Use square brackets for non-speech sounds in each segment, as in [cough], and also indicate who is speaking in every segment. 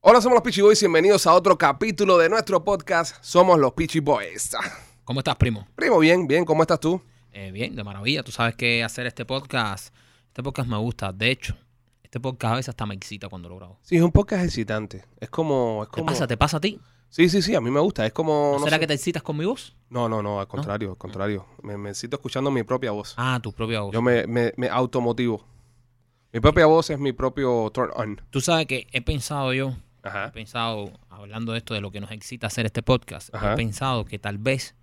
Speaker 1: Hola, somos los Peachy Boys. Bienvenidos a otro capítulo de nuestro podcast. Somos los Peachy Boys.
Speaker 2: ¿Cómo estás, primo?
Speaker 1: Primo, bien, bien. ¿Cómo estás tú?
Speaker 2: Eh, bien, de maravilla. Tú sabes que hacer este podcast, este podcast me gusta. De hecho, este podcast a veces hasta me excita cuando lo grabo.
Speaker 1: Sí, es un podcast excitante. Es como... Es como...
Speaker 2: ¿Te pasa? ¿Te pasa a ti?
Speaker 1: Sí, sí, sí. A mí me gusta. Es como...
Speaker 2: ¿No
Speaker 1: no
Speaker 2: será
Speaker 1: sé.
Speaker 2: que te excitas con mi voz?
Speaker 1: No, no, no. Al contrario, al contrario. Me, me siento escuchando mi propia voz.
Speaker 2: Ah, tu propia voz.
Speaker 1: Yo me, me, me automotivo. Mi propia voz es mi propio turn on.
Speaker 2: Tú sabes que he pensado yo, he
Speaker 1: Ajá.
Speaker 2: pensado, hablando de esto, de lo que nos excita hacer este podcast,
Speaker 1: Ajá.
Speaker 2: he pensado que tal vez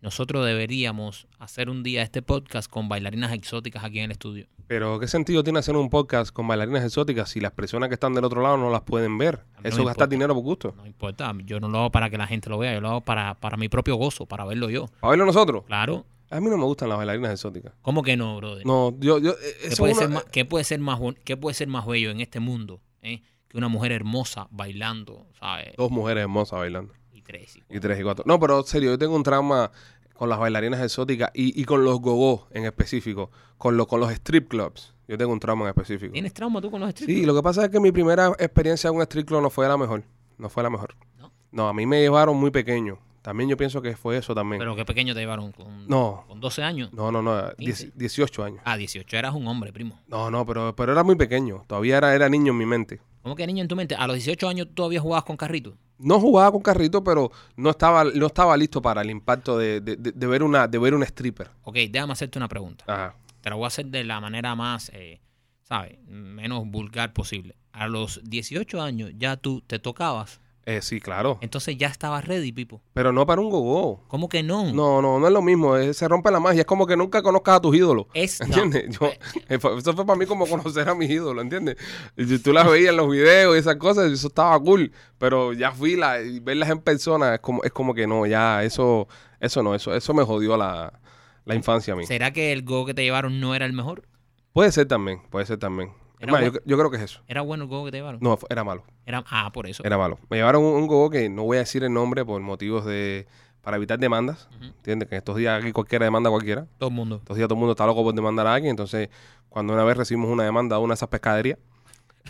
Speaker 2: nosotros deberíamos hacer un día este podcast con bailarinas exóticas aquí en el estudio.
Speaker 1: Pero ¿qué sentido tiene hacer un podcast con bailarinas exóticas si las personas que están del otro lado no las pueden ver?
Speaker 2: A mí no
Speaker 1: Eso
Speaker 2: me
Speaker 1: es
Speaker 2: importa.
Speaker 1: gastar dinero por gusto.
Speaker 2: No importa, yo no lo hago para que la gente lo vea, yo lo hago para, para mi propio gozo, para verlo yo.
Speaker 1: ¿Para verlo nosotros?
Speaker 2: Claro.
Speaker 1: A mí no me gustan las bailarinas exóticas.
Speaker 2: ¿Cómo que no, brother?
Speaker 1: No, yo... yo eh,
Speaker 2: ¿Qué
Speaker 1: eso
Speaker 2: puede,
Speaker 1: es una-
Speaker 2: ser más, qué puede ser más bon- qué puede ser más bello en este mundo eh, que una mujer hermosa bailando, ¿sabes?
Speaker 1: Dos mujeres hermosas bailando.
Speaker 2: Y tres. y cuatro.
Speaker 1: Y tres y cuatro. No, pero en serio, yo tengo un trauma con las bailarinas exóticas y, y con los gogó en específico. Con, lo, con los strip clubs. Yo tengo un trauma en específico.
Speaker 2: ¿Tienes trauma tú con los strip?
Speaker 1: Sí, lo que pasa es que mi primera experiencia en un strip club no fue la mejor. No fue la mejor.
Speaker 2: ¿No?
Speaker 1: No, a mí me llevaron muy pequeño. También yo pienso que fue eso también.
Speaker 2: Pero qué pequeño te llevaron con,
Speaker 1: No.
Speaker 2: con 12 años.
Speaker 1: No, no, no. dieci- 18 años.
Speaker 2: Ah, 18 eras un hombre, primo.
Speaker 1: No, no, pero, pero era muy pequeño. Todavía era, era niño en mi mente.
Speaker 2: ¿Cómo que niño en tu mente? A los 18 años tú todavía jugabas con carrito.
Speaker 1: No jugaba con carrito, pero no estaba, no estaba listo para el impacto de, de- de- de ver una, de ver una stripper.
Speaker 2: Ok, déjame hacerte una pregunta.
Speaker 1: Ajá.
Speaker 2: Te la voy a hacer de la manera más, eh, ¿sabes? Menos vulgar posible. A los 18 años ya tú te tocabas.
Speaker 1: Eh, sí, claro.
Speaker 2: Entonces ya estabas ready, Pipo.
Speaker 1: Pero no para un gogó.
Speaker 2: ¿Cómo que no?
Speaker 1: No, no, no es lo mismo. eh, se rompe la magia. Es como que nunca conozcas a tus ídolos.
Speaker 2: Es, no. Pues.
Speaker 1: ¿Entiendes? [laughs] Yo- eso fue para mí como conocer a mis ídolos, ¿entiendes? Y Tú las veías en los videos y esas cosas, y eso estaba cool. Pero ya fui la, y verlas en persona es como, es como que no, ya eso, eso no, eso, eso me jodió la, la infancia a mí.
Speaker 2: ¿Será que el go que te llevaron no era el mejor?
Speaker 1: Puede ser también, puede ser también. Es
Speaker 2: Era
Speaker 1: más, yo,
Speaker 2: bueno.
Speaker 1: yo creo que es eso.
Speaker 2: ¿Era bueno el go que te llevaron?
Speaker 1: No, fue- era malo,
Speaker 2: Era, ah, por eso.
Speaker 1: era malo. Me llevaron un, un gogo que no voy a decir el nombre por motivos de, para evitar demandas,
Speaker 2: Ujú.
Speaker 1: ¿entiendes? Que en estos días aquí cualquiera demanda a cualquiera.
Speaker 2: Todo el mundo.
Speaker 1: Entonces ya todo el mundo está loco por demandar a alguien. Entonces, cuando una vez recibimos una demanda de una de esas pescaderías,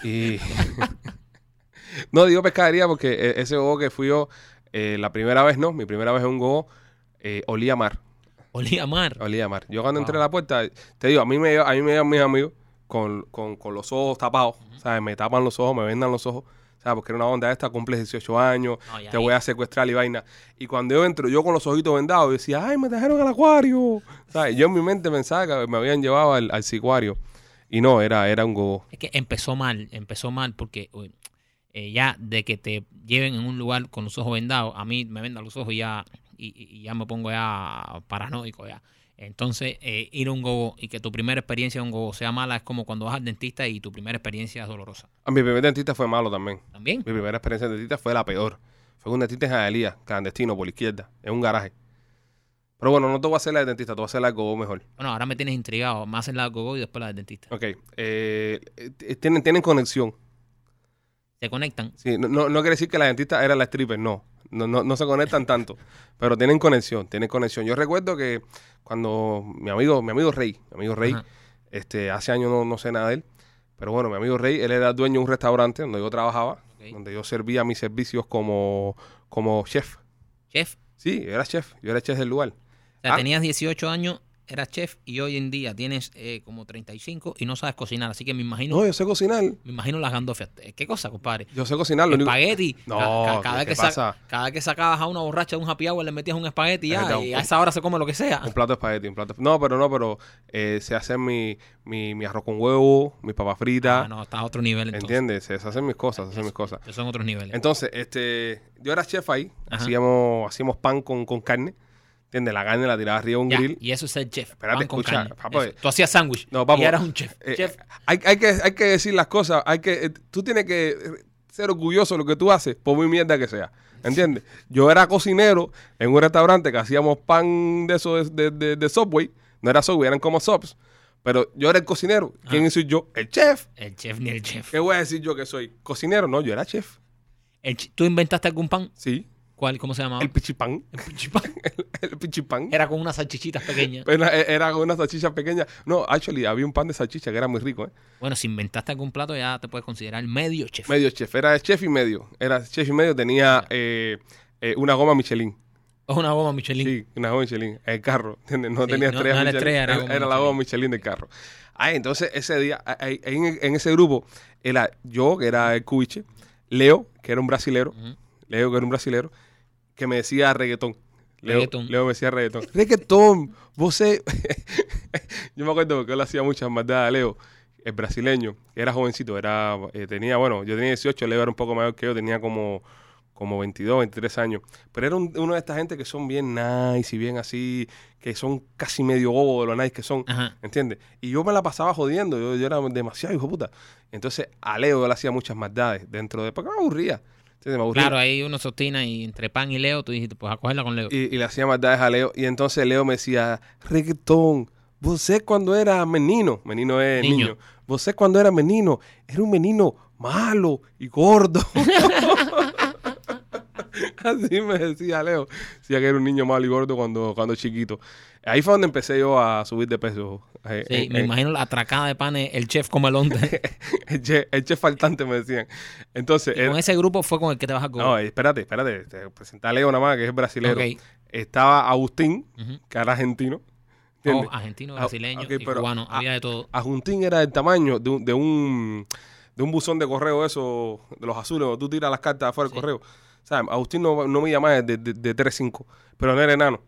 Speaker 1: y... [laughs] no digo pescadería porque eh, ese gogo que fui yo, eh, la primera vez no, mi primera vez en un gogo, eh, olía a mar,
Speaker 2: Olía a mar.
Speaker 1: olía a mar. Yo cuando entré a
Speaker 2: Wow.
Speaker 1: la puerta, te digo, a mí me, lleva- a mí me llevan mis amigos con, con- con los ojos tapados, ¿sabes? Me tapan los ojos, me vendan los ojos. ¿sabes? Porque era una onda esta, cumples 18 años,
Speaker 2: No, ya
Speaker 1: te
Speaker 2: ahí.
Speaker 1: voy a secuestrar y vaina. Y cuando yo entro, yo con los ojitos vendados, yo decía, ay, me trajeron al acuario. ¿Sabes? Yo en mi mente pensaba que me habían llevado al, al sicuario. Y no, era, era un gobo.
Speaker 2: Es que empezó mal, empezó mal porque uy, eh, ya de que te lleven en un lugar con los ojos vendados, a mí me vendan los ojos y ya, y, y- y ya me pongo ya paranoico ya. Entonces, eh, ir a un gogo y que tu primera experiencia de un gogo sea mala es como cuando vas al dentista y tu primera experiencia es dolorosa.
Speaker 1: Ah, mi primer dentista fue malo también.
Speaker 2: ¿También?
Speaker 1: Mi primera experiencia de dentista fue la peor. Fue un dentista en Jalía, clandestino, por la izquierda, en un garaje. Pero bueno, no te voy a hacer la de dentista, te voy a hacer la del gobo mejor.
Speaker 2: Bueno, ahora me tienes intrigado. Más en la del gogo y después la del dentista.
Speaker 1: Ok, eh, eh, tienen, tienen conexión.
Speaker 2: Se conectan.
Speaker 1: Sí, no, no, no quiere decir que la dentista era la stripper, no. No, no, no se conectan
Speaker 2: [laughs]
Speaker 1: tanto, pero tienen conexión, tienen conexión. Yo recuerdo que cuando mi amigo, mi amigo Rey, mi amigo Rey,
Speaker 2: Ajá.
Speaker 1: este, hace años no, no sé nada de él, pero bueno, mi amigo Rey, él era dueño de un restaurante donde yo trabajaba,
Speaker 2: Ok.
Speaker 1: donde yo servía mis servicios como, como chef.
Speaker 2: Chef,
Speaker 1: Sí, yo era chef, yo era chef del lugar.
Speaker 2: o sea,
Speaker 1: Ah.
Speaker 2: tenías 18 años, eras chef y hoy en día tienes eh, como 35 y no sabes cocinar. Así que me imagino
Speaker 1: No, yo sé cocinar,
Speaker 2: Me imagino las gandofas. ¿Qué cosa, compadre?
Speaker 1: yo sé cocinar, Ah, lo único...
Speaker 2: Espagueti.
Speaker 1: No,
Speaker 2: Ca- ca-
Speaker 1: ¿qué-
Speaker 2: cada,
Speaker 1: qué
Speaker 2: que sa-
Speaker 1: pasa?
Speaker 2: cada que sacabas a una borracha de un happy hour, le metías un espagueti y ya,
Speaker 1: Necesitaba un-
Speaker 2: y a esa hora se come lo que sea.
Speaker 1: Un plato de espagueti, un plato de- No, pero no, pero eh, se hacen mi, mi, mi arroz con huevo, mis papas fritas,
Speaker 2: Ah, no, estás a otro nivel entonces.
Speaker 1: ¿Entiendes? Se se hacen mis cosas, se hacen mis cosas.
Speaker 2: Esos son otros niveles.
Speaker 1: Entonces, este, yo era chef ahí,
Speaker 2: Ajá.
Speaker 1: hacíamos, hacíamos pan con, con carne, ¿entiendes? La carne la tiraba arriba de un
Speaker 2: Ya,
Speaker 1: grill.
Speaker 2: Y eso es ser chef.
Speaker 1: Espérate,
Speaker 2: Pan con
Speaker 1: escucha,
Speaker 2: carne.
Speaker 1: papá,
Speaker 2: Eso. Tú hacías sándwich.
Speaker 1: No, vamos.
Speaker 2: Y eras un chef.
Speaker 1: Eh,
Speaker 2: chef.
Speaker 1: Hay, hay que, hay que decir las cosas, hay que, eh, tú tienes que eh, ser orgulloso de lo que tú haces, por muy mierda que sea, ¿entiendes? Yo era cocinero en un restaurante que hacíamos pan de eso de, de- de Subway, no era Subway, eran como subs, pero yo era el cocinero,
Speaker 2: Ah.
Speaker 1: ¿quién soy yo? El chef.
Speaker 2: El chef ni el chef.
Speaker 1: ¿Qué voy a decir yo que soy? ¿Cocinero? No, yo era chef,
Speaker 2: El ch- ¿Tú inventaste algún pan?
Speaker 1: sí.
Speaker 2: ¿Cuál? ¿Cómo se llamaba?
Speaker 1: El pichipán. [laughs]
Speaker 2: El pichipán.
Speaker 1: El pichipán.
Speaker 2: Ah. [laughs] Era con unas salchichitas pequeñas.
Speaker 1: Era, era una salchicha pequeña. No, actually, había un pan de salchicha que era muy rico, ¿eh?
Speaker 2: Bueno, si inventaste algún plato ya te puedes considerar medio chef.
Speaker 1: Medio chef. Era chef y medio. Era chef y medio. Tenía eh, eh, una goma Michelin.
Speaker 2: O una goma Michelin.
Speaker 1: Sí, una goma Michelin. El carro. [laughs] ¿entiendes? No
Speaker 2: Sí,
Speaker 1: tenía
Speaker 2: no-
Speaker 1: estrellas
Speaker 2: no era
Speaker 1: Michelin.
Speaker 2: estrella, era
Speaker 1: era,
Speaker 2: goma
Speaker 1: era la goma Michelin del carro. Ah, entonces ese día, ah, ahí- ahí en, en ese grupo, era yo, que era el cubiche, Leo, que era un brasilero,
Speaker 2: Ujú.
Speaker 1: Leo, que era un brasilero, que me decía reggaetón. Leo,
Speaker 2: Reggaetón.
Speaker 1: Leo me decía reggaetón. Reggaetón, vos sé. yo me acuerdo porque él hacía muchas maldades a Leo, el brasileño, que era jovencito, era eh, tenía, bueno, yo tenía 18, Leo era un poco mayor que yo, tenía como, como 22, 23 años. Pero era un- uno de esta gente que son bien nice y bien así, que son casi medio bobo de lo nice que son.
Speaker 2: Ajá.
Speaker 1: ¿Entiendes? Y yo me la pasaba jodiendo, yo, yo era demasiado hijo de puta. Entonces a Leo yo le hacía muchas maldades dentro de... Porque me aburría. ¿Entiendes? Me aburría.
Speaker 2: Claro, ahí uno se obstina y entre pan y Leo tú dijiste, pues a cogerla con Leo.
Speaker 1: Y, y le hacía maldades a Leo. Y entonces Leo me decía, reggaetón, vos cuando era menino, menino es
Speaker 2: Niño.
Speaker 1: niño, vos cuando era menino, era un menino malo y gordo. [laughs] Así me decía Leo. Decía que era un niño malo y gordo cuando, cuando chiquito. Ahí fue donde empecé yo a subir de peso. Eh,
Speaker 2: Sí,
Speaker 1: eh,
Speaker 2: me
Speaker 1: eh, [laughs]
Speaker 2: imagino la atracada de panes, el chef comelón. [laughs] y
Speaker 1: el, che, el che faltante me decían. Entonces,
Speaker 2: con
Speaker 1: eh,
Speaker 2: ese grupo fue con el que te vas a
Speaker 1: no,
Speaker 2: comer.
Speaker 1: eh, espérate, espérate. Te presenté a Leo nada más, que es brasileño.
Speaker 2: Ok.
Speaker 1: Estaba Agustín,
Speaker 2: Ujú.
Speaker 1: que era argentino.
Speaker 2: Oh,
Speaker 1: ¿entiendes?
Speaker 2: argentino,
Speaker 1: Ah,
Speaker 2: brasileño
Speaker 1: ok,
Speaker 2: y
Speaker 1: pero-
Speaker 2: cubano.
Speaker 1: ah,
Speaker 2: había de todo.
Speaker 1: Ajuntín era del tamaño de un, de un de un buzón de correo eso, de los azules, donde tú tiras las cartas afuera
Speaker 2: Sí.
Speaker 1: del correo. ¿Sabes? Agustín no, no medía más de, de, de 3'5", pero no era enano.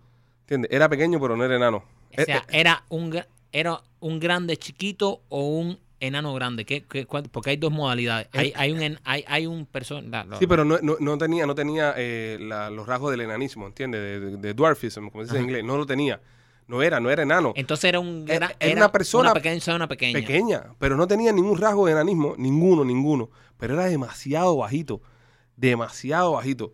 Speaker 1: ¿Entiendes? Era pequeño, pero no era enano.
Speaker 2: O
Speaker 1: Eh,
Speaker 2: sea,
Speaker 1: eh,
Speaker 2: era un gra- era un grande chiquito o un enano grande. ¿Qué, qué- cuál? Porque hay dos modalidades. Hay, hay un en- hay, hay un persona. la- la-
Speaker 1: sí, pero no, no, no tenía, no tenía eh, la- los rasgos del enanismo, ¿entiendes? De, de- de dwarfism, como se dice en inglés. No lo tenía. No era, no era enano.
Speaker 2: Entonces era un
Speaker 1: Era-
Speaker 2: gra-
Speaker 1: era una persona
Speaker 2: una pequeña, una pequeña.
Speaker 1: pequeña, pero no tenía ningún rasgo de enanismo, ninguno, ninguno. Pero era demasiado bajito, demasiado bajito.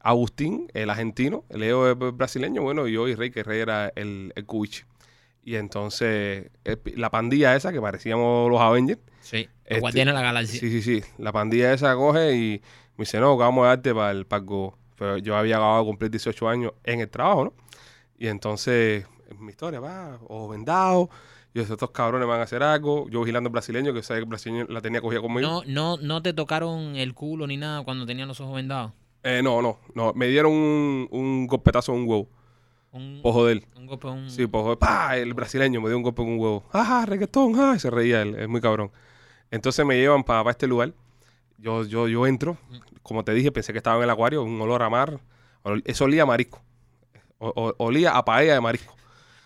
Speaker 1: Agustín, el argentino, Leo el brasileño, bueno, y yo y Rey, que Rey era el, el cubiche. Y entonces, el pi- la pandilla esa, que parecíamos los Avengers,
Speaker 2: Sí. Los
Speaker 1: Este-
Speaker 2: guardianes de la
Speaker 1: sí,
Speaker 2: galaxia.
Speaker 1: sí, sí, la pandilla esa coge y me dice, no, que vamos a darte para el Paco. Pero yo había acabado de cumplir 18 años en el trabajo, ¿no? Y entonces, mi historia va, o vendado, yo estos cabrones van a hacer algo, yo vigilando al brasileño, que sabía que el brasileño la tenía cogida conmigo.
Speaker 2: No, no, no te tocaron el culo ni nada cuando tenían los ojos vendados.
Speaker 1: Eh, no, no, no, me dieron un, un golpetazo en un huevo,
Speaker 2: Un,
Speaker 1: por joder.
Speaker 2: un golpe, un.
Speaker 1: Oh. Sí, pues, ¡pah! el brasileño me dio un golpe con un huevo. ¡Ajá, reggaetón! ¡Ah! Y se reía él, es muy cabrón. Entonces me llevan para este lugar. Yo, yo, yo entro, como te dije, pensé que estaba en el acuario, un olor a mar. Ol- Eso olía a marisco. O- o- olía a paella de marisco.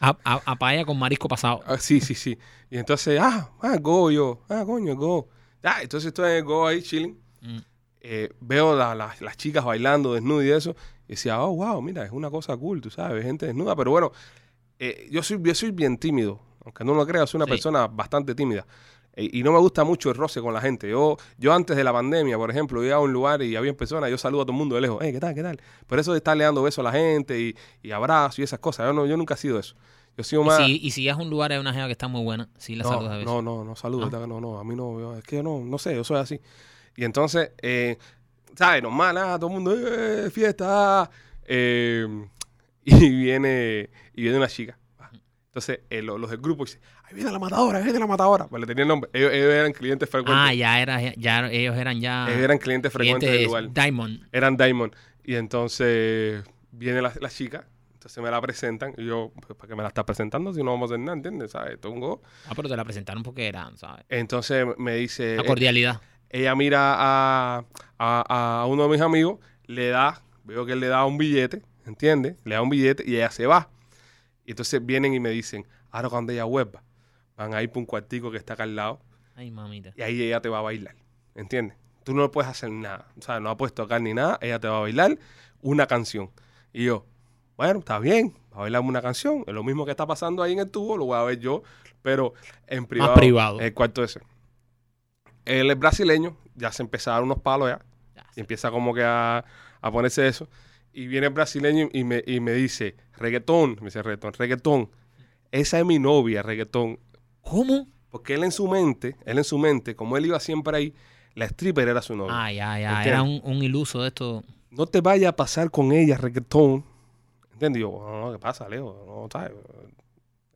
Speaker 2: A, a- a paella con marisco pasado.
Speaker 1: Ah, sí, sí, sí. Y entonces, ah, ah, go yo. Ah, coño, go. Ah, entonces estoy en el go ahí, chilling.
Speaker 2: Mm.
Speaker 1: Eh, veo la- la- las chicas bailando desnudas y eso. Y decía, oh, wow, mira, es una cosa cool, tú sabes, gente desnuda. Pero bueno, eh, yo, soy, yo soy bien tímido. Aunque no lo creas, soy una
Speaker 2: Sí.
Speaker 1: persona bastante tímida. Eh, y no me gusta mucho el roce con la gente. Yo, yo antes de la pandemia, por ejemplo, iba a un lugar y había personas, yo saludo a todo el mundo de lejos. Hey, ¿qué tal? ¿Qué tal? Pero eso de estarle dando besos a la gente y, y abrazos y esas cosas, yo, no, yo nunca he sido eso. Yo he sido
Speaker 2: Y
Speaker 1: más...
Speaker 2: si, y si es un lugar, hay una jeva que está muy buena. Sí, la
Speaker 1: No,
Speaker 2: saludas a veces.
Speaker 1: No, no, no saludo. ¿Ah? No, no, a mí no. yo- es que yo no, no sé, yo soy así. Y entonces, eh, ¿sabes? Normal, ah, todo el mundo, eh, fiesta. ah. Eh, [laughs] y viene y viene una chica. ah.
Speaker 2: Mm.
Speaker 1: Entonces, eh, lo- los del grupo dicen, ahí viene la matadora, ahí viene la matadora. Pues le tenía el nombre. Ellos, ellos eran clientes frecuentes.
Speaker 2: ah, ya, era, ya ellos eran ya.
Speaker 1: ellos eran clientes frecuentes
Speaker 2: clientes
Speaker 1: del
Speaker 2: de
Speaker 1: lugar.
Speaker 2: Diamond.
Speaker 1: Eran Diamond. Y entonces viene la, la chica. Entonces me la presentan. Y yo, pues, ¿para qué me la estás presentando si no vamos a hacer nada? ¿Entiendes? ¿Sabes? Esto es un go.
Speaker 2: Ah, pero te la presentaron porque eran, ¿sabes?
Speaker 1: Entonces me dice...
Speaker 2: La cordialidad.
Speaker 1: Ella mira a, a- a uno de mis amigos, le da, veo que él le da un billete, ¿entiendes? Le da un billete y ella se va. Y entonces vienen y me dicen, ahora cuando ella vuelva, van a ir por un cuartico que está acá al lado
Speaker 2: Ay, mamita.
Speaker 1: y ahí ella te va a bailar, ¿entiendes? Tú no puedes hacer nada, o sea, no la puedes tocar ni nada, ella te va a bailar una canción. Y yo, bueno, está bien, va a bailarme una canción, es lo mismo que está pasando ahí en el tubo, lo voy a ver yo, pero en privado.
Speaker 2: privado.
Speaker 1: en El cuarto ese. Él es brasileño, ya se empezaron unos palos ya,
Speaker 2: Ya,
Speaker 1: y empieza como que a, a ponerse eso. Y viene el brasileño y me, y me dice, reggaetón, me dice reggaetón, reggaetón, esa es mi novia, reggaetón.
Speaker 2: ¿Cómo?
Speaker 1: Porque él en su mente, él en su mente, como él iba siempre ahí, la stripper era su novia.
Speaker 2: Ah, ya, ya.
Speaker 1: Entiendo.
Speaker 2: Era un, un iluso de esto.
Speaker 1: no te vaya a pasar con ella reggaetón. ¿Entiendes? Y yo, "Ah, no, no, ¿qué pasa, Leo? No, ¿sabes?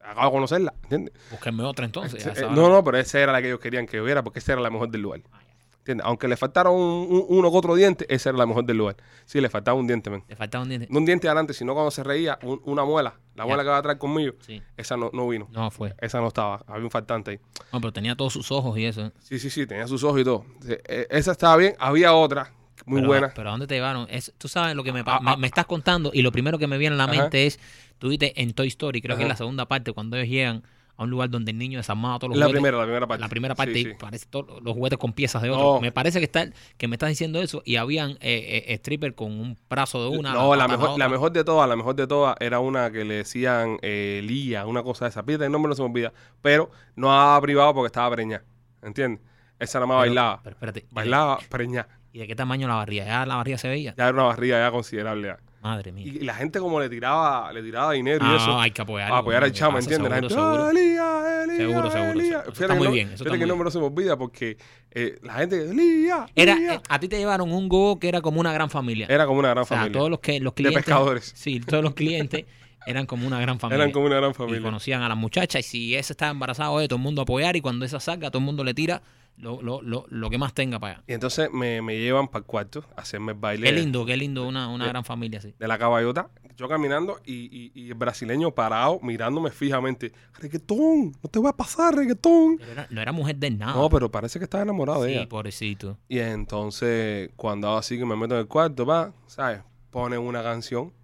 Speaker 1: Acabo de conocerla, ¿entiendes?
Speaker 2: Búsquenme otra entonces. a
Speaker 1: Eh,
Speaker 2: esa
Speaker 1: no,
Speaker 2: hora.
Speaker 1: no, pero esa era la que ellos querían que hubiera porque esa era la mejor del lugar.
Speaker 2: Ah,
Speaker 1: ¿Entiendes? Aunque le faltaron un- un- uno que otro diente, esa era la mejor del lugar. Sí, le faltaba un diente, men.
Speaker 2: Le faltaba un diente.
Speaker 1: No un diente adelante, sino cuando se reía, un- una muela. La muela que va a traer conmigo,
Speaker 2: Sí.
Speaker 1: esa no, no vino.
Speaker 2: No fue.
Speaker 1: Esa no estaba. Había un faltante ahí.
Speaker 2: No, pero tenía todos sus ojos y eso. ¿eh?
Speaker 1: Sí, sí, sí, tenía sus ojos y todo. Sí, eh, Esa estaba bien. Había otra muy
Speaker 2: pero,
Speaker 1: buena.
Speaker 2: Pero ¿a dónde te llevaron? Es- tú sabes lo que me, pa-
Speaker 1: Ah,
Speaker 2: me,
Speaker 1: ah,
Speaker 2: me estás contando y lo primero que me viene a la
Speaker 1: Ajá.
Speaker 2: mente es, tú viste en Toy Story, creo que
Speaker 1: Ajá.
Speaker 2: en la segunda parte, cuando ellos llegan a un lugar donde el niño desarmaba todos los
Speaker 1: La
Speaker 2: juguetes,
Speaker 1: primera, la primera parte.
Speaker 2: la primera parte
Speaker 1: Sí,
Speaker 2: y
Speaker 1: sí. Oh.
Speaker 2: parece todos los juguetes con piezas de otro.
Speaker 1: No.
Speaker 2: Me parece que está que me estás diciendo eso y habían eh, eh, stripper con un brazo de una.
Speaker 1: no, la
Speaker 2: pata de
Speaker 1: mejor, la
Speaker 2: otra.
Speaker 1: mejor de todas, la mejor de todas era una que le decían eh, Lía, una cosa de esa. Pídete el nombre, no se me olvida. Pero no daba privado porque estaba preñada. ¿Entiendes? Esa nada más
Speaker 2: Pero-
Speaker 1: bailaba.
Speaker 2: pero espérate, ¿y de-
Speaker 1: Bailaba preñada.
Speaker 2: ¿Y de qué tamaño la barriga? Ya la barriga se veía.
Speaker 1: Ya era una barriga ya considerable. ya.
Speaker 2: Madre mía.
Speaker 1: Y, y la gente como le tiraba, le tiraba dinero y
Speaker 2: Ah,
Speaker 1: eso.
Speaker 2: hay que apoyar.
Speaker 1: Ah, apoyar al chamo, ¿entiendes?
Speaker 2: ¿entiendes?
Speaker 1: La gente,
Speaker 2: seguro,
Speaker 1: "Ah, Lía, eh, Lía,
Speaker 2: Seguro,
Speaker 1: eh,
Speaker 2: seguro,
Speaker 1: Lía".
Speaker 2: eso- eso
Speaker 1: Fíjate
Speaker 2: está
Speaker 1: que
Speaker 2: muy
Speaker 1: no-
Speaker 2: bien, eso
Speaker 1: fíjate
Speaker 2: está
Speaker 1: que
Speaker 2: muy
Speaker 1: el nombre no se me olvida porque eh, la gente, Lía,
Speaker 2: Era,
Speaker 1: Lía".
Speaker 2: eh, a ti te llevaron un go que era como una gran familia.
Speaker 1: Era como una gran
Speaker 2: o sea,
Speaker 1: familia.
Speaker 2: todos los que los clientes.
Speaker 1: pescadores.
Speaker 2: Sí, todos los clientes
Speaker 1: [laughs]
Speaker 2: eran como una gran familia.
Speaker 1: Eran como una gran
Speaker 2: Y
Speaker 1: familia.
Speaker 2: conocían a las muchachas. Y si esa está embarazada, oye, todo el mundo a apoyar. Y cuando esa salga, todo el mundo le tira lo, lo, lo, lo que más tenga para allá.
Speaker 1: Y entonces me, me llevan para el cuarto a hacerme el baile
Speaker 2: Qué lindo, qué lindo una, una gran familia así.
Speaker 1: de la caballota. Yo caminando y, y- y el brasileño parado mirándome fijamente. Reggaetón, no te va a pasar, reggaetón.
Speaker 2: Pero era- no era mujer de nada.
Speaker 1: No, pero parece que estaba enamorado de
Speaker 2: Ah. sí,
Speaker 1: ella.
Speaker 2: pobrecito.
Speaker 1: Y entonces, cuando hago así que me meto en el cuarto, va, ¿sabes? Pone una canción,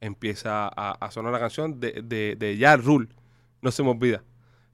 Speaker 1: empieza a, a sonar la canción de, de, de Ja Rule. No se me olvida.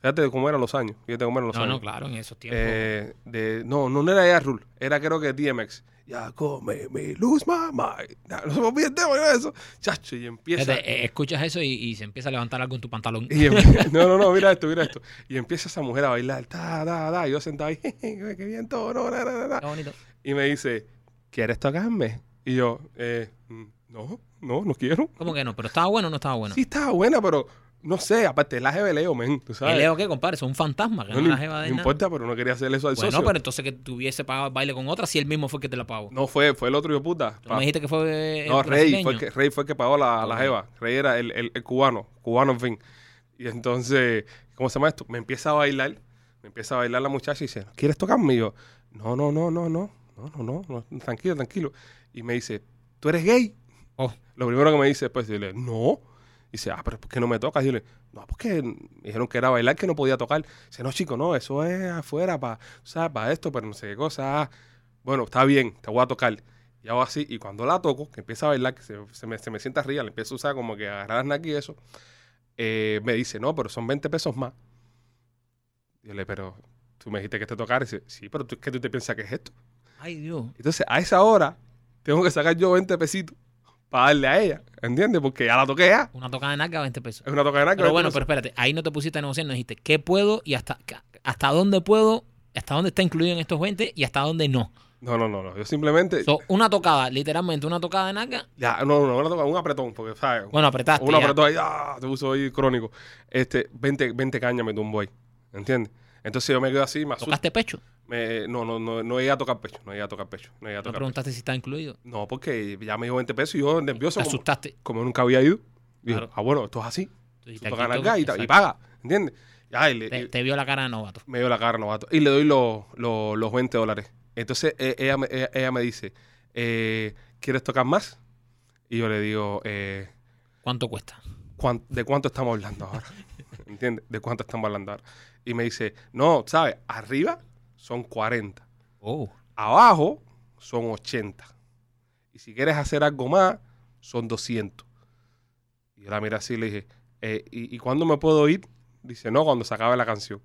Speaker 1: Fíjate cómo eran los años. Fíjate cómo eran los
Speaker 2: No,
Speaker 1: años.
Speaker 2: no, claro, en esos tiempos.
Speaker 1: Eh, de, no, no era ya Rule, era creo que DMX. Ya come mi luz, mamá. Ya, No se me olvide el tema, mira eso. Chacho, y empieza.
Speaker 2: Fíjate, eh, escuchas eso y, y se empieza a levantar algo en tu pantalón.
Speaker 1: y em- [laughs] no, no, no, mira esto, mira esto. Y empieza esa mujer a bailar. Ta, ta, ta. Y yo sentado ahí, [laughs] jeje, qué bien todo, no, na, na, na, na.
Speaker 2: [laughs] Está bonito.
Speaker 1: Y me dice, ¿quieres tocarme? Y yo, eh, mm, no, no, no quiero.
Speaker 2: ¿Cómo que no? ¿Pero estaba bueno o no estaba bueno?
Speaker 1: Sí, estaba buena, pero no sé, aparte, la jeve Leo, men, tú
Speaker 2: ¿El
Speaker 1: sabes.
Speaker 2: Leo qué, compadre? Es un fantasma que no,
Speaker 1: no,
Speaker 2: la
Speaker 1: le-
Speaker 2: jeva de
Speaker 1: no
Speaker 2: nada.
Speaker 1: importa, pero no quería hacer eso al
Speaker 2: Bueno,
Speaker 1: socio.
Speaker 2: pero entonces que tuviese pagado el baile con otra si él mismo fue el que te la pagó.
Speaker 1: No fue, fue el otro hijo de puta.
Speaker 2: Tú
Speaker 1: Pa-
Speaker 2: me dijiste que fue. eh,
Speaker 1: No, Rey
Speaker 2: brasileño.
Speaker 1: fue, el que, Rey fue el que pagó la, la
Speaker 2: Ok.
Speaker 1: jeva. Rey era el, el- el cubano, cubano en fin. Y entonces, ¿cómo se llama esto? Me empieza a bailar, me empieza a bailar la muchacha y dice, ¿quieres tocarme? Y yo, no, no, no, no, no, no, no, no, no, tranquilo, tranquilo. Y me dice, ¿tú eres gay?
Speaker 2: Oh.
Speaker 1: Lo primero que me dice después, yo le digo, no. Dice, ah, pero ¿por qué no me tocas? Y yo le no, porque me dijeron que era bailar, que no podía tocar. Dice, no, chico, no, eso es afuera, para para esto, pero no sé qué cosa. Ah, Bueno, está bien, te voy a tocar. Y hago así, y cuando la toco, que empieza a bailar, que se, se me, se me sienta arriba, le empiezo a usar como que agarrar las nalgas y eso, eh, me dice, no, pero son 20 pesos más. Y yo le, pero tú me dijiste que te tocar. Y dice, sí, pero tú, ¿qué tú te piensas que es esto?
Speaker 2: Ay, Dios.
Speaker 1: Entonces, a esa hora, tengo que sacar yo 20 pesitos para darle a ella, ¿entiendes? Porque ya la toqué ya.
Speaker 2: Una tocada de narca, 20 pesos.
Speaker 1: Es una toca de nalga,
Speaker 2: Pero bueno,
Speaker 1: 20
Speaker 2: pero
Speaker 1: pesos.
Speaker 2: espérate, ahí no te pusiste a negociar, no dijiste qué puedo y hasta, hasta dónde puedo, hasta dónde está incluido en estos 20 y hasta dónde no.
Speaker 1: No, no, no, no. Yo simplemente.
Speaker 2: So, una tocada, literalmente una tocada de narca,
Speaker 1: ya, no, no, una toca, un apretón, porque, ¿sabes?
Speaker 2: bueno, apretaste.
Speaker 1: Uno
Speaker 2: ya.
Speaker 1: apretó ahí, ah, te puso ahí crónico. Este, 20, 20 cañas me tumbó ahí. ¿Entiendes? Entonces yo me quedo así, me asusto.
Speaker 2: ¿Tocaste pecho?
Speaker 1: Me- no, no, no, no llegué a tocar pecho. No llegué a tocar pecho. No llegué a
Speaker 2: No
Speaker 1: tocar pecho.
Speaker 2: preguntaste si está incluido.
Speaker 1: No, porque ya me dio 20 pesos y yo nervioso.
Speaker 2: Te
Speaker 1: Como,
Speaker 2: asustaste.
Speaker 1: como nunca había ido. Digo,
Speaker 2: Claro.
Speaker 1: ah, bueno, esto es así.
Speaker 2: Tú
Speaker 1: Tú
Speaker 2: dijiste,
Speaker 1: tocas
Speaker 2: aquí
Speaker 1: nalga y,
Speaker 2: toca-
Speaker 1: ta- y
Speaker 2: exacto.
Speaker 1: paga. ¿Entiendes? Ya, y le-
Speaker 2: te,
Speaker 1: y-
Speaker 2: te vio la cara de novato.
Speaker 1: me dio la cara novato. Y le doy los, los, los 20 dólares. Entonces e- ella, me- ella, ella me dice, eh, ¿quieres tocar más? Y yo le digo, eh,
Speaker 2: ¿Cuánto cuesta?
Speaker 1: cuán- ¿de cuánto estamos hablando ahora? [laughs] ¿Entiendes? ¿De cuánto estamos hablando ahora? Y me dice, no, ¿sabes? Arriba son 40,
Speaker 2: Oh.
Speaker 1: abajo son 80. Y si quieres hacer algo más, son 200. Y yo la miré así y le dije, eh, ¿y, y cuándo me puedo ir? Dice, no, cuando se acabe la canción.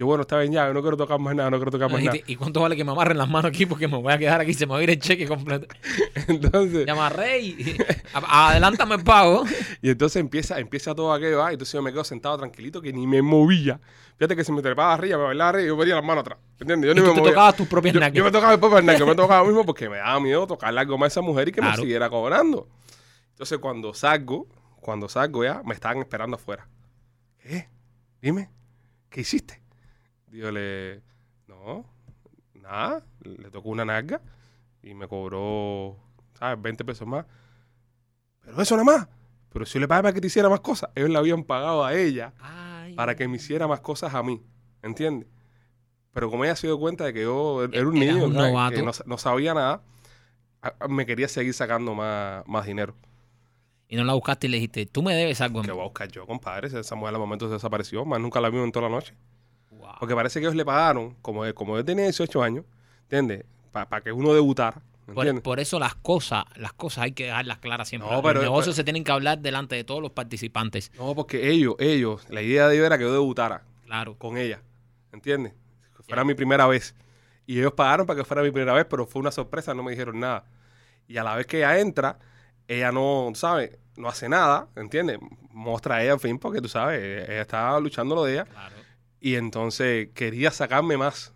Speaker 1: Yo, bueno, está bien ya, yo no quiero tocar más nada, no quiero tocar más nada.
Speaker 2: [laughs] Dijiste, ¿Y cuánto vale que me amarren las manos aquí? Porque me voy a quedar aquí, se me va a ir el
Speaker 1: [laughs]
Speaker 2: cheque completo.
Speaker 1: [laughs] Entonces,
Speaker 2: Te amarré y [laughs] a- adelántame el pago.
Speaker 1: y entonces empieza, empieza todo aquello, ah, entonces yo me quedo sentado tranquilito que ni me movía. Fíjate que se me trepaba arriba, me bailaba arriba y yo ponía las manos atrás. ¿Entiendes? Yo
Speaker 2: Y
Speaker 1: ni me
Speaker 2: tú te
Speaker 1: movía.
Speaker 2: tocabas tus propias
Speaker 1: Yo,
Speaker 2: nalgas.
Speaker 1: yo me tocaba el papá
Speaker 2: [laughs]
Speaker 1: yo me tocaba mismo porque me daba miedo tocarle algo más a esa mujer y que
Speaker 2: Claro.
Speaker 1: me siguiera cobrando. Entonces cuando salgo, cuando salgo ya, me estaban esperando afuera. ¿Qué? Dime, ¿qué hiciste? Digo, le, no, nada, le tocó una narga y me cobró, ¿sabes? 20 pesos más. Pero eso nada más. Pero si yo le pagaba para que te hiciera más cosas, ellos le habían pagado a ella
Speaker 2: Ay,
Speaker 1: para que me hiciera más cosas a mí. ¿Entiendes? Pero como ella se dio cuenta de que yo er- era un
Speaker 2: Eras
Speaker 1: niño,
Speaker 2: un
Speaker 1: ¿sabes?
Speaker 2: novato.
Speaker 1: que no, sa- no sabía nada, a- a- me quería seguir sacando más, más dinero.
Speaker 2: Y no la buscaste y le dijiste, tú me debes algo. em-". a mí".
Speaker 1: Que voy a buscar yo, compadre. Esa mujer al momento se desapareció, más nunca la vimos en toda la noche.
Speaker 2: Wow.
Speaker 1: Porque parece que ellos le pagaron, como, como yo tenía 18 años, ¿entiendes? Para que uno debutara.
Speaker 2: Por,
Speaker 1: ¿Entiendes?
Speaker 2: por eso las cosas, las cosas hay que dejarlas claras siempre.
Speaker 1: No,
Speaker 2: Los
Speaker 1: pero-
Speaker 2: negocios se tienen que hablar delante de todos los participantes.
Speaker 1: No, porque ellos, ellos, la idea de ellos era que yo debutara
Speaker 2: Claro.
Speaker 1: con ella, ¿entiendes? Que fuera mi primera vez. Y ellos pagaron para que fuera mi primera vez, pero fue una sorpresa, no me dijeron nada. Y a la vez que ella entra, ella no, ¿sabes? No hace nada, ¿entiendes? Muestra a ella, en fin, porque tú sabes, ella estaba luchando lo de ella.
Speaker 2: Claro.
Speaker 1: Y entonces quería sacarme más.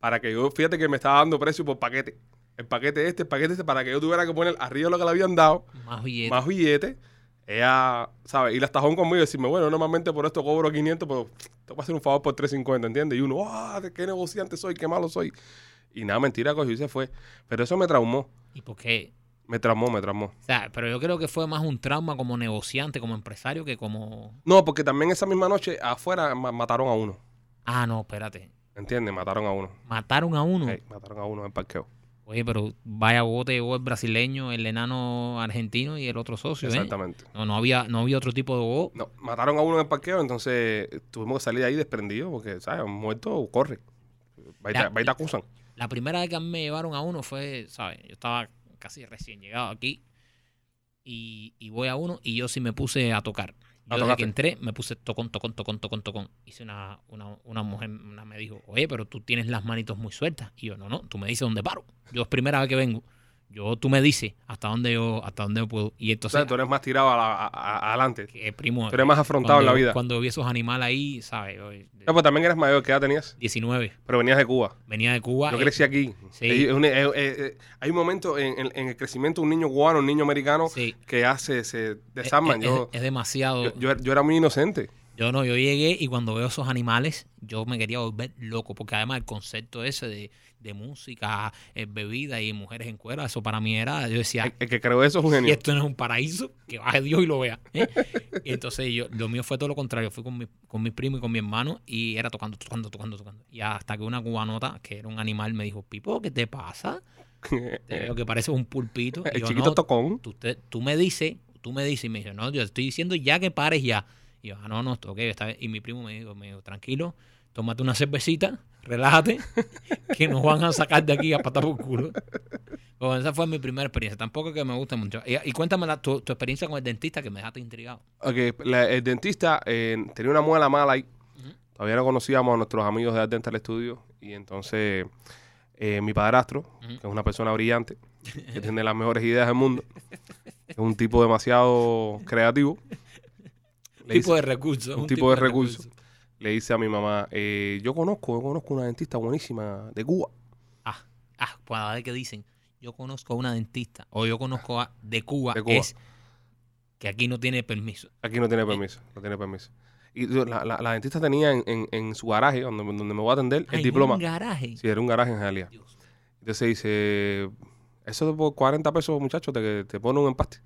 Speaker 1: Para que yo, fíjate que me estaba dando precio por paquete. El paquete este, el paquete este, para que yo tuviera que poner arriba lo que le habían dado,
Speaker 2: Más billetes.
Speaker 1: más billetes. Ella, ¿sabes? Y la estajón conmigo y decirme, bueno, normalmente por esto cobro 500, pero te voy a hacer un favor por 350, ¿entiendes? Y uno, ¡ah! ¡Qué negociante soy! ¡Qué malo soy! Y nada, mentira, cogió y se fue. Pero eso me traumó.
Speaker 2: ¿Y por qué?
Speaker 1: Me traumó, me traumó.
Speaker 2: O sea, pero yo creo que fue más un trauma como negociante, como empresario, que como...
Speaker 1: No, porque también esa misma noche afuera ma- mataron a uno.
Speaker 2: Ah, no, espérate.
Speaker 1: ¿Entiendes? Mataron a uno.
Speaker 2: Mataron a uno.
Speaker 1: Ey, mataron a uno en el parqueo.
Speaker 2: Oye, pero vaya bote llegó el brasileño, el enano argentino y el otro socio, ¿eh?
Speaker 1: Exactamente.
Speaker 2: No, no había, no había otro tipo de bobo.
Speaker 1: No, mataron a uno en el parqueo, entonces tuvimos que salir de ahí desprendido porque, ¿sabes? Un muerto corre. Va y te-
Speaker 2: Ya.
Speaker 1: va y te acusan.
Speaker 2: La primera vez que a mí me llevaron a uno fue, ¿sabes? Yo estaba casi recién llegado aquí y, y voy a uno y yo sí me puse a tocar. Yo desde
Speaker 1: tocaste.
Speaker 2: que entré me puse tocón, tocón, tocón, tocón, tocón. Hice una, una, una mujer una me dijo, oye, pero tú tienes las manitos muy sueltas. Y yo, no, no, tú me dices dónde paro. Yo es primera vez que vengo. Yo, tú me dices hasta dónde yo, hasta dónde yo puedo.
Speaker 1: O
Speaker 2: Y
Speaker 1: sea,
Speaker 2: entonces,
Speaker 1: tú eres más tirado a la- a- a- adelante.
Speaker 2: que, primo,
Speaker 1: Tú eres más afrontado en la
Speaker 2: cuando-
Speaker 1: vida.
Speaker 2: Cuando vi esos animales ahí, ¿sabes? Yo, de-
Speaker 1: No, pues también eres mayor, ¿qué edad tenías?
Speaker 2: 19,
Speaker 1: Pero venías de Cuba.
Speaker 2: venía de Cuba.
Speaker 1: Yo
Speaker 2: eh,
Speaker 1: crecí aquí.
Speaker 2: Sí.
Speaker 1: Hay, un, eh, eh, eh, hay un momento en, en- en el crecimiento de un niño cubano, un niño americano,
Speaker 2: sí. Eh,
Speaker 1: que hace, se
Speaker 2: Es,
Speaker 1: desarman.
Speaker 2: es-
Speaker 1: yo,
Speaker 2: es demasiado.
Speaker 1: yo, yo, yo era muy inocente.
Speaker 2: Yo no, yo llegué y cuando veo esos animales, yo me quería volver loco, porque además el concepto ese de, de música, eh, bebida y mujeres en cuera, eso para mí era, yo decía,
Speaker 1: El, el que creó eso es un
Speaker 2: Ah. y
Speaker 1: genio.
Speaker 2: esto no es un paraíso, que baje Dios y lo vea. ¿eh? Y entonces yo, lo mío fue todo lo contrario, fui con mi, con mi primo y con mi hermano y era tocando, tocando, tocando, tocando. Y hasta que una cubanota, que era un animal, me dijo, Pipo, ¿qué
Speaker 1: [laughs]
Speaker 2: te pasa? Te veo que pareces un pulpito. Y
Speaker 1: el
Speaker 2: yo,
Speaker 1: chiquito
Speaker 2: "No,
Speaker 1: tocón.
Speaker 2: tú, te- tú me dices, tú me dices, y me dice, no, yo estoy diciendo ya que pares ya. Y yo, ah, no, no, ok, está bien. Y mi primo me dijo, me dijo, tranquilo, tómate una cervecita, relájate, [laughs] que nos van a sacar de aquí a patar por culo. Bueno, esa fue mi primera experiencia, tampoco que me guste mucho. Y, y cuéntame la- tu, tu experiencia con el dentista que me dejaste intrigado.
Speaker 1: Ok, la- el dentista eh, tenía una muela mala ahí.
Speaker 2: Ujú.
Speaker 1: Todavía no conocíamos a nuestros amigos de Art Dental Studio. Y entonces, eh, mi padrastro,
Speaker 2: Ujú.
Speaker 1: que es una persona brillante, que tiene las mejores ideas del
Speaker 2: [laughs]
Speaker 1: mundo, es un tipo demasiado creativo. Le dice,
Speaker 2: tipo de recurso.
Speaker 1: un tipo de recurso. le dice a mi mamá, eh, yo conozco, yo conozco una dentista buenísima de Cuba.
Speaker 2: Ah, ah, para ver qué dicen. Yo conozco a una dentista, o yo conozco a de Cuba,
Speaker 1: De Cuba.
Speaker 2: es que aquí no tiene permiso.
Speaker 1: Aquí no tiene permiso, no tiene permiso. Y yo- la, la- la dentista tenía en, en- en su garaje, donde, donde me voy a atender, el
Speaker 2: Ay,
Speaker 1: diploma.
Speaker 2: Un garaje.
Speaker 1: Sí, era un garaje en realidad.
Speaker 2: Dios mío.
Speaker 1: Entonces dice, eso por 40 pesos, muchachos, te, te ponen un empaste.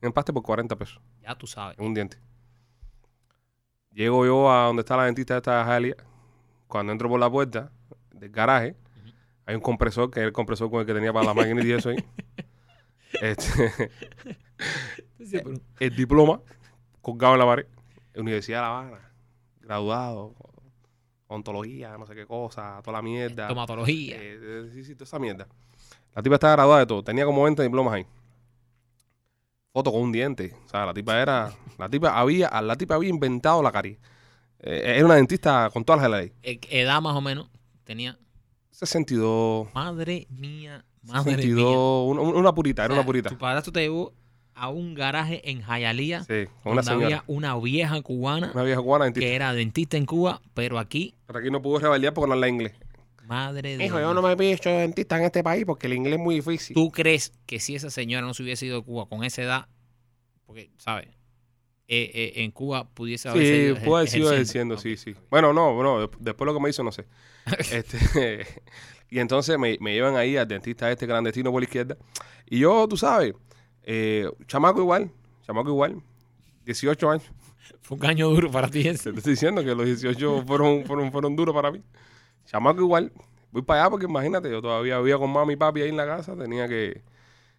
Speaker 1: Un empaste por 40 pesos,
Speaker 2: Ya tú sabes.
Speaker 1: en un diente. Llego yo a donde está la dentista de esta Jalia. Cuando entro por la puerta del garaje,
Speaker 2: Ujú.
Speaker 1: hay un compresor, que es el compresor con el que tenía para la máquina y eso ahí. Este, [laughs] el diploma colgado en la pared. Universidad de La Habana, graduado, ontología, no sé qué cosa, toda la mierda.
Speaker 2: Tomatología.
Speaker 1: Eh, eh, sí, sí, toda esa mierda. La tipa estaba graduada de todo. Tenía como 20 diplomas ahí. Foto con un diente. O sea, la tipa era. La tipa había, la tipa había inventado la caries. Eh, era una dentista con todas las de la ley.
Speaker 2: Eh, edad más o menos tenía.
Speaker 1: 62.
Speaker 2: Madre mía, madre 62,
Speaker 1: 62. Una, una purita, era una purita.
Speaker 2: Tu padrastro te llevó a un garaje en Jayalía
Speaker 1: Sí, con una
Speaker 2: donde
Speaker 1: señora.
Speaker 2: había una vieja cubana
Speaker 1: Una vieja cubana dentista.
Speaker 2: que era dentista en Cuba, pero aquí,
Speaker 1: Pero aquí no pudo rebeldear porque no habla inglés.
Speaker 2: madre de
Speaker 1: Hijo,
Speaker 2: Dios.
Speaker 1: yo Eh, no me he hecho dentista en este país porque el inglés es muy difícil.
Speaker 2: ¿Tú crees que si esa señora no se hubiese ido de Cuba con esa edad, porque, ¿sabes? eh, eh, en Cuba pudiese haber
Speaker 1: Sí,
Speaker 2: seguido
Speaker 1: puede
Speaker 2: ejer-
Speaker 1: seguir
Speaker 2: ejerciendo.
Speaker 1: diciendo, sí, sí. Bueno, no, no, desp- después lo que me hizo, no sé. Este, [laughs] y entonces me, me llevan ahí al dentista este clandestino por la izquierda. Y yo, tú sabes, eh, chamaco igual, chamaco igual, 18 años.
Speaker 2: Fue un caño duro para ti
Speaker 1: Te
Speaker 2: ese.
Speaker 1: estoy diciendo que los 18 fueron, fueron, fueron duros para mí. Chamaco igual, voy para allá porque imagínate, yo todavía vivía con mami y papi ahí en la casa, tenía que,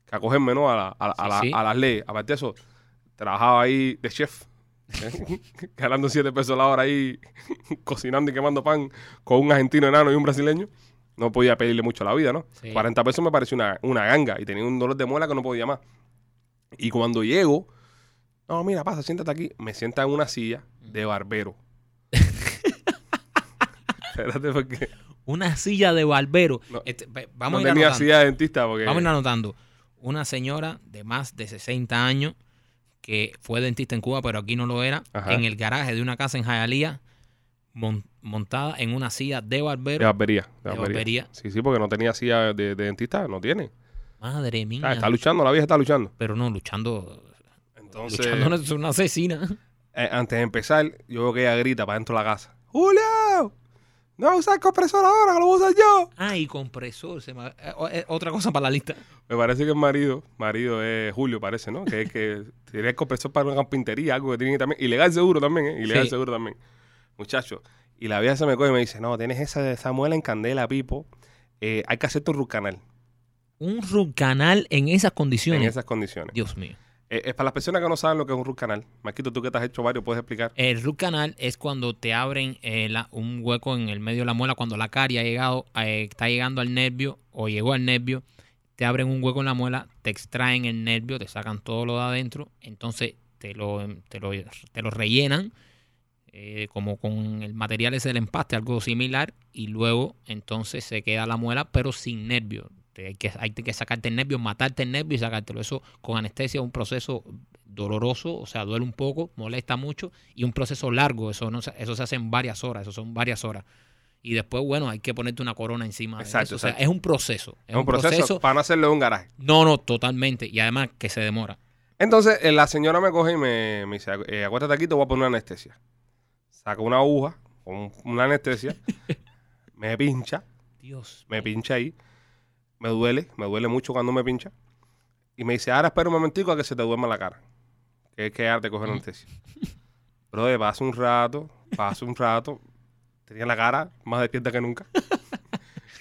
Speaker 1: que acogerme ¿no? a, la- a la- a
Speaker 2: Sí,
Speaker 1: la-
Speaker 2: sí.
Speaker 1: a las leyes. Aparte de eso, trabajaba ahí de chef, [laughs] ¿eh? ganando 7 pesos la hora ahí, cocinando y quemando pan con un argentino enano y un brasileño. No podía pedirle mucho a la vida, ¿no?
Speaker 2: Sí.
Speaker 1: 40 pesos me pareció una, una ganga y tenía un dolor de muela que no podía más. Y cuando llego, no, mira, pasa, siéntate aquí. Me sienta en una silla de
Speaker 2: [laughs]
Speaker 1: barbero. Espérate, porque
Speaker 2: Una silla de barbero.
Speaker 1: No.
Speaker 2: Este, ve-
Speaker 1: no
Speaker 2: vamos, a ir
Speaker 1: tenía
Speaker 2: anotando.
Speaker 1: silla de dentista. Porque
Speaker 2: vamos a ir anotando. Una señora de más de 60 años que fue dentista en Cuba, pero aquí no lo era,
Speaker 1: Ajá.
Speaker 2: en el garaje de una casa en Hialeah, mon- montada en una silla de
Speaker 1: de
Speaker 2: barbero.
Speaker 1: barbería. De
Speaker 2: De
Speaker 1: barbería.
Speaker 2: barbería.
Speaker 1: Sí, sí, porque no tenía silla de, de dentista. No tiene.
Speaker 2: Madre
Speaker 1: O
Speaker 2: mía.
Speaker 1: sea, está luchando, la vieja está luchando.
Speaker 2: pero no, luchando.
Speaker 1: Entonces,
Speaker 2: luchando no es una asesina.
Speaker 1: eh, antes de empezar, yo veo que ella grita para dentro de la casa. ¡Julio! No vas a usar compresor ahora, que lo voy a usar yo.
Speaker 2: Ah, y compresor. se me- eh, o- eh, otra cosa para la lista.
Speaker 1: Me parece que el marido, marido es Julio, parece, ¿no? Que es que [laughs] tiene el compresor para una carpintería, algo que tiene también. Ilegal seguro también, ¿eh? Ilegal
Speaker 2: Sí.
Speaker 1: seguro también. Muchacho. Y la vieja se me coge y me dice, no, tienes esa, esa muela en candela, Pipo. Eh, hay que hacer tu root canal
Speaker 2: Un root canal en esas
Speaker 1: en
Speaker 2: condiciones.
Speaker 1: esas condiciones.
Speaker 2: Dios mío.
Speaker 1: Eh, es para las personas que no saben lo que es un root canal. Maquito, tú que te has hecho varios, puedes explicar.
Speaker 2: El root canal es cuando te abren eh, la- un hueco en el medio de la muela, cuando la carie ha llegado, eh, está llegando al nervio o llegó al nervio, te abren un hueco en la muela, te extraen el nervio, te sacan todo lo de adentro, entonces te lo, em, te lo, te lo rellenan eh, como con el material ese del empaste, algo similar, y luego entonces se queda la muela, pero sin nervio. Te- Hay que, hay que sacarte el nervio, matarte el nervio y sacártelo. Eso con anestesia es un proceso doloroso, o sea, duele un poco, molesta mucho y un proceso largo. Eso, no, se- eso se hace en varias horas, eso son varias horas. Y después, bueno, hay que ponerte una corona encima. de
Speaker 1: Exacto,
Speaker 2: eso. O sea,
Speaker 1: exacto.
Speaker 2: es un proceso.
Speaker 1: Es un proceso, para no hacerlo en un garaje.
Speaker 2: No, no, totalmente. Y además que se demora.
Speaker 1: Entonces, eh, la señora me coge y me, me dice, eh, acuéstate aquí, te voy a poner una anestesia. Saca una aguja con un- una anestesia, me pincha.
Speaker 2: Dios.
Speaker 1: me pincha ahí. Me duele, me duele mucho cuando me pincha. Y me dice, ahora espera un momentico a que se te duerma la cara. Que es que ahora te cogen anestesia. Brother, pasa un rato, pasa un rato. Tenía la cara más despierta que nunca.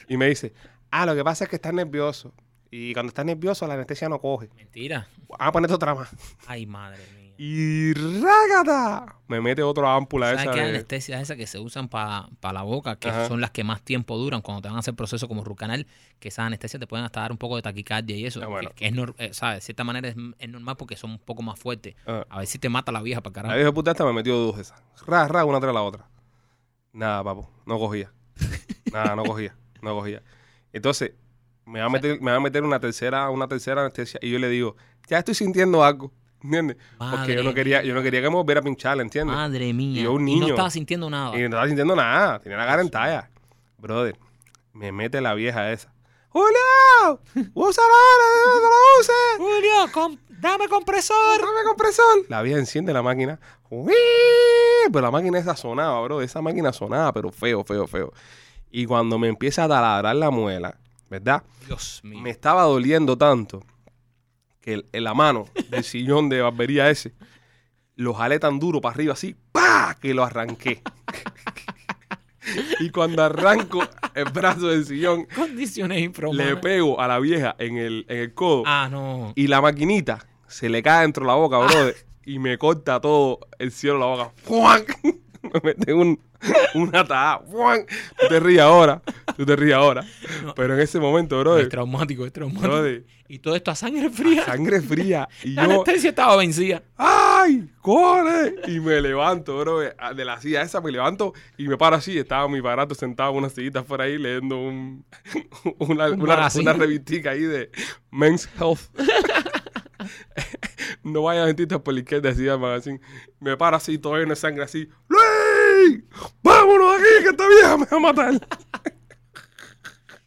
Speaker 1: y me dice, ah, lo que pasa es que estás nervioso. Y cuando estás nervioso, la anestesia no coge.
Speaker 2: Mentira.
Speaker 1: Vamos a ponerte otra más.
Speaker 2: Ay, madre mía.
Speaker 1: Y rágata. Me mete otra ámpula
Speaker 2: ¿Sabes
Speaker 1: esa.
Speaker 2: qué
Speaker 1: de-
Speaker 2: anestesias esas que se usan para la boca, que
Speaker 1: Ajá.
Speaker 2: son las que más tiempo duran cuando te van a hacer proceso como rucanal, que esas anestesias te pueden hasta dar un poco de taquicardia y eso?
Speaker 1: Ah,
Speaker 2: que-
Speaker 1: bueno.
Speaker 2: que, es nor- eh, ¿sabes? De cierta manera es, es normal porque son un poco más fuertes.
Speaker 1: Ah.
Speaker 2: A ver si te mata la vieja para
Speaker 1: La
Speaker 2: carajo.
Speaker 1: vieja puta esta me metió dos de esas. Ra, ra, una tras la otra. Nada, papo. No cogía. Nada, no cogía. No cogía. Entonces, me va a meter, me va a meter una tercera, una tercera anestesia. Y yo le digo, ya estoy sintiendo algo. ¿Entiendes? Porque yo no
Speaker 2: Madre
Speaker 1: quería, yo no quería que me volviera a pinchar, ¿entiendes?
Speaker 2: Madre mía.
Speaker 1: Y yo, un
Speaker 2: no
Speaker 1: niño.
Speaker 2: estaba sintiendo nada.
Speaker 1: Y no estaba sintiendo nada. Tenía la cara en talla. Brother, me mete la vieja esa. ¡Julio! ¡Usa ahora! ¡No lo uses!
Speaker 2: Julio, com- dame compresor.
Speaker 1: ¡Dame compresor! La vieja enciende la máquina. ¡Uii! Pero la máquina esa sonaba, bro. Esa máquina sonaba, pero feo, feo, feo. Y cuando me empieza a taladrar la muela, ¿verdad?
Speaker 2: Dios mío.
Speaker 1: Me estaba doliendo tanto que el- en la mano del sillón de barbería ese lo jalé tan duro para arriba así, ¡pa! que lo arranqué. [laughs] y cuando arranco el brazo del sillón,
Speaker 2: Condiciones improbables.
Speaker 1: le pego a la vieja en el, en el codo
Speaker 2: Ah, no.
Speaker 1: y la maquinita se le cae dentro de la boca, brother. Y me corta todo el cielo de la boca. ¡Fuac! [laughs] Me mete un, una tajada. ¡Fuac! Tú te ríes ahora. Tú te ríes ahora.
Speaker 2: No.
Speaker 1: Pero en ese momento,
Speaker 2: Es
Speaker 1: brother,
Speaker 2: traumático, es traumático.
Speaker 1: brother,
Speaker 2: Y todo esto a sangre fría.
Speaker 1: sangre fría. Y
Speaker 2: [laughs] La
Speaker 1: yo,
Speaker 2: anestesia estaba vencida.
Speaker 1: ¡ay! ¡Corre! Y me levanto, brother. De la silla esa me levanto y me paro así. Estaba mi barato sentado en una sillita fuera ahí leyendo un, [laughs] una,
Speaker 2: Un
Speaker 1: una,
Speaker 2: magazine.
Speaker 1: una revistica ahí de Men's Health. [laughs] No vaya a dentista por la izquierda, decía el magazine. Me paro así, todo lleno de sangre así. ¡Luis! ¡Vámonos de aquí, que esta vieja me va a matar!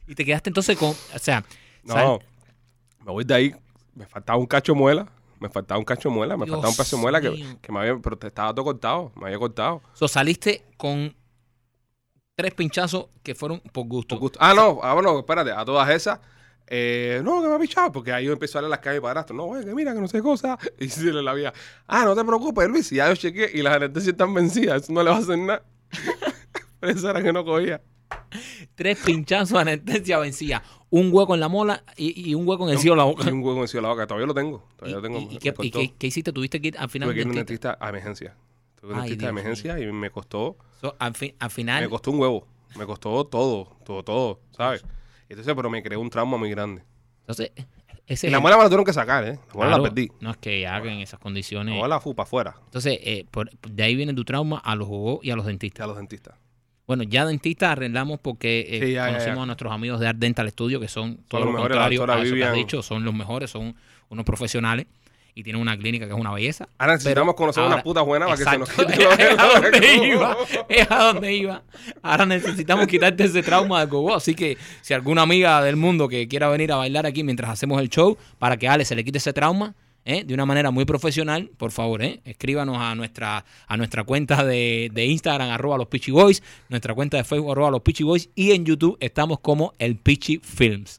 Speaker 2: Y te quedaste entonces con. O sea.
Speaker 1: No,
Speaker 2: ¿sabes?
Speaker 1: me voy de ahí. Me faltaba un cacho de muela. me faltaba un cacho de muela, me
Speaker 2: Dios
Speaker 1: faltaba un pedazo de muela que,
Speaker 2: mío.
Speaker 1: que me había, pero te- estaba todo cortado, me había cortado.
Speaker 2: So, saliste con tres pinchazos que fueron por gusto.
Speaker 1: Por gusto. Ah, no, ah, bueno, espérate, a todas esas. eh, no, que me ha pichado, porque ahí yo empecé a darle las calles para atrás. No, güey, que mira, que no sé cosa. [laughs] Y se le la vía. Ah, no te preocupes, Luis, ya yo chequeé y las anestesias están vencidas, eso no le va a hacer nada. [laughs] pero eso era que no cogía.
Speaker 2: Tres pinchazos de anestesia vencida. Un hueco en la mola y, y un hueco en el cielo de la boca.
Speaker 1: Y un hueco encima de la boca, todavía lo tengo.
Speaker 2: ¿Y,
Speaker 1: Todavía lo tengo.
Speaker 2: y- y
Speaker 1: me
Speaker 2: qué, y
Speaker 1: costó.
Speaker 2: qué- qué hiciste? ¿Tuviste que ir al final?
Speaker 1: Tuve que ir a
Speaker 2: al
Speaker 1: un
Speaker 2: dentista?
Speaker 1: dentista a emergencia. Tuve que ir a un
Speaker 2: Ay,
Speaker 1: dentista de
Speaker 2: Dios Ah,
Speaker 1: emergencia y me costó,
Speaker 2: So, al, fin- al final,
Speaker 1: me costó un huevo. Me costó todo, todo, todo, ¿sabes? Entonces, pero me creó un trauma muy grande.
Speaker 2: entonces,
Speaker 1: Y
Speaker 2: ese es
Speaker 1: la
Speaker 2: el-
Speaker 1: muela me la tuvieron que sacar, ¿eh? La muela
Speaker 2: Claro,
Speaker 1: la perdí.
Speaker 2: No es que hagan en esas
Speaker 1: La
Speaker 2: condiciones.
Speaker 1: muela fue para afuera,
Speaker 2: Entonces, eh, por- de ahí viene tu trauma a los jugos y a los
Speaker 1: ya
Speaker 2: dentistas.
Speaker 1: los dentistas.
Speaker 2: Bueno, ya dentistas arreglamos porque eh,
Speaker 1: Sí, ya, ya,
Speaker 2: conocimos
Speaker 1: ya.
Speaker 2: a nuestros amigos de Art Dental Studio, que son todo
Speaker 1: los
Speaker 2: lo
Speaker 1: mejores, la
Speaker 2: contrario
Speaker 1: doctora
Speaker 2: a eso que has
Speaker 1: Vivian.
Speaker 2: dicho, son los mejores, son unos profesionales y tienen una clínica que es una belleza.
Speaker 1: Ahora necesitamos conocer
Speaker 2: ahora-
Speaker 1: una puta buena para que se nos
Speaker 2: Exacto.
Speaker 1: quite
Speaker 2: [laughs]
Speaker 1: la
Speaker 2: es a donde iba,
Speaker 1: muela.
Speaker 2: es a donde iba. Ahora necesitamos quitarte ese trauma de gogo. Así que si alguna amiga del mundo que quiera venir a bailar aquí mientras hacemos el show, para que a Ale se le quite ese trauma, ¿eh? de una manera muy profesional, por favor, ¿eh? escríbanos a nuestra, a nuestra cuenta de, de Instagram, arroba los Peachy Boys, nuestra cuenta de Facebook, arroba los Peachy Boys, y en YouTube estamos como el Peachy Films.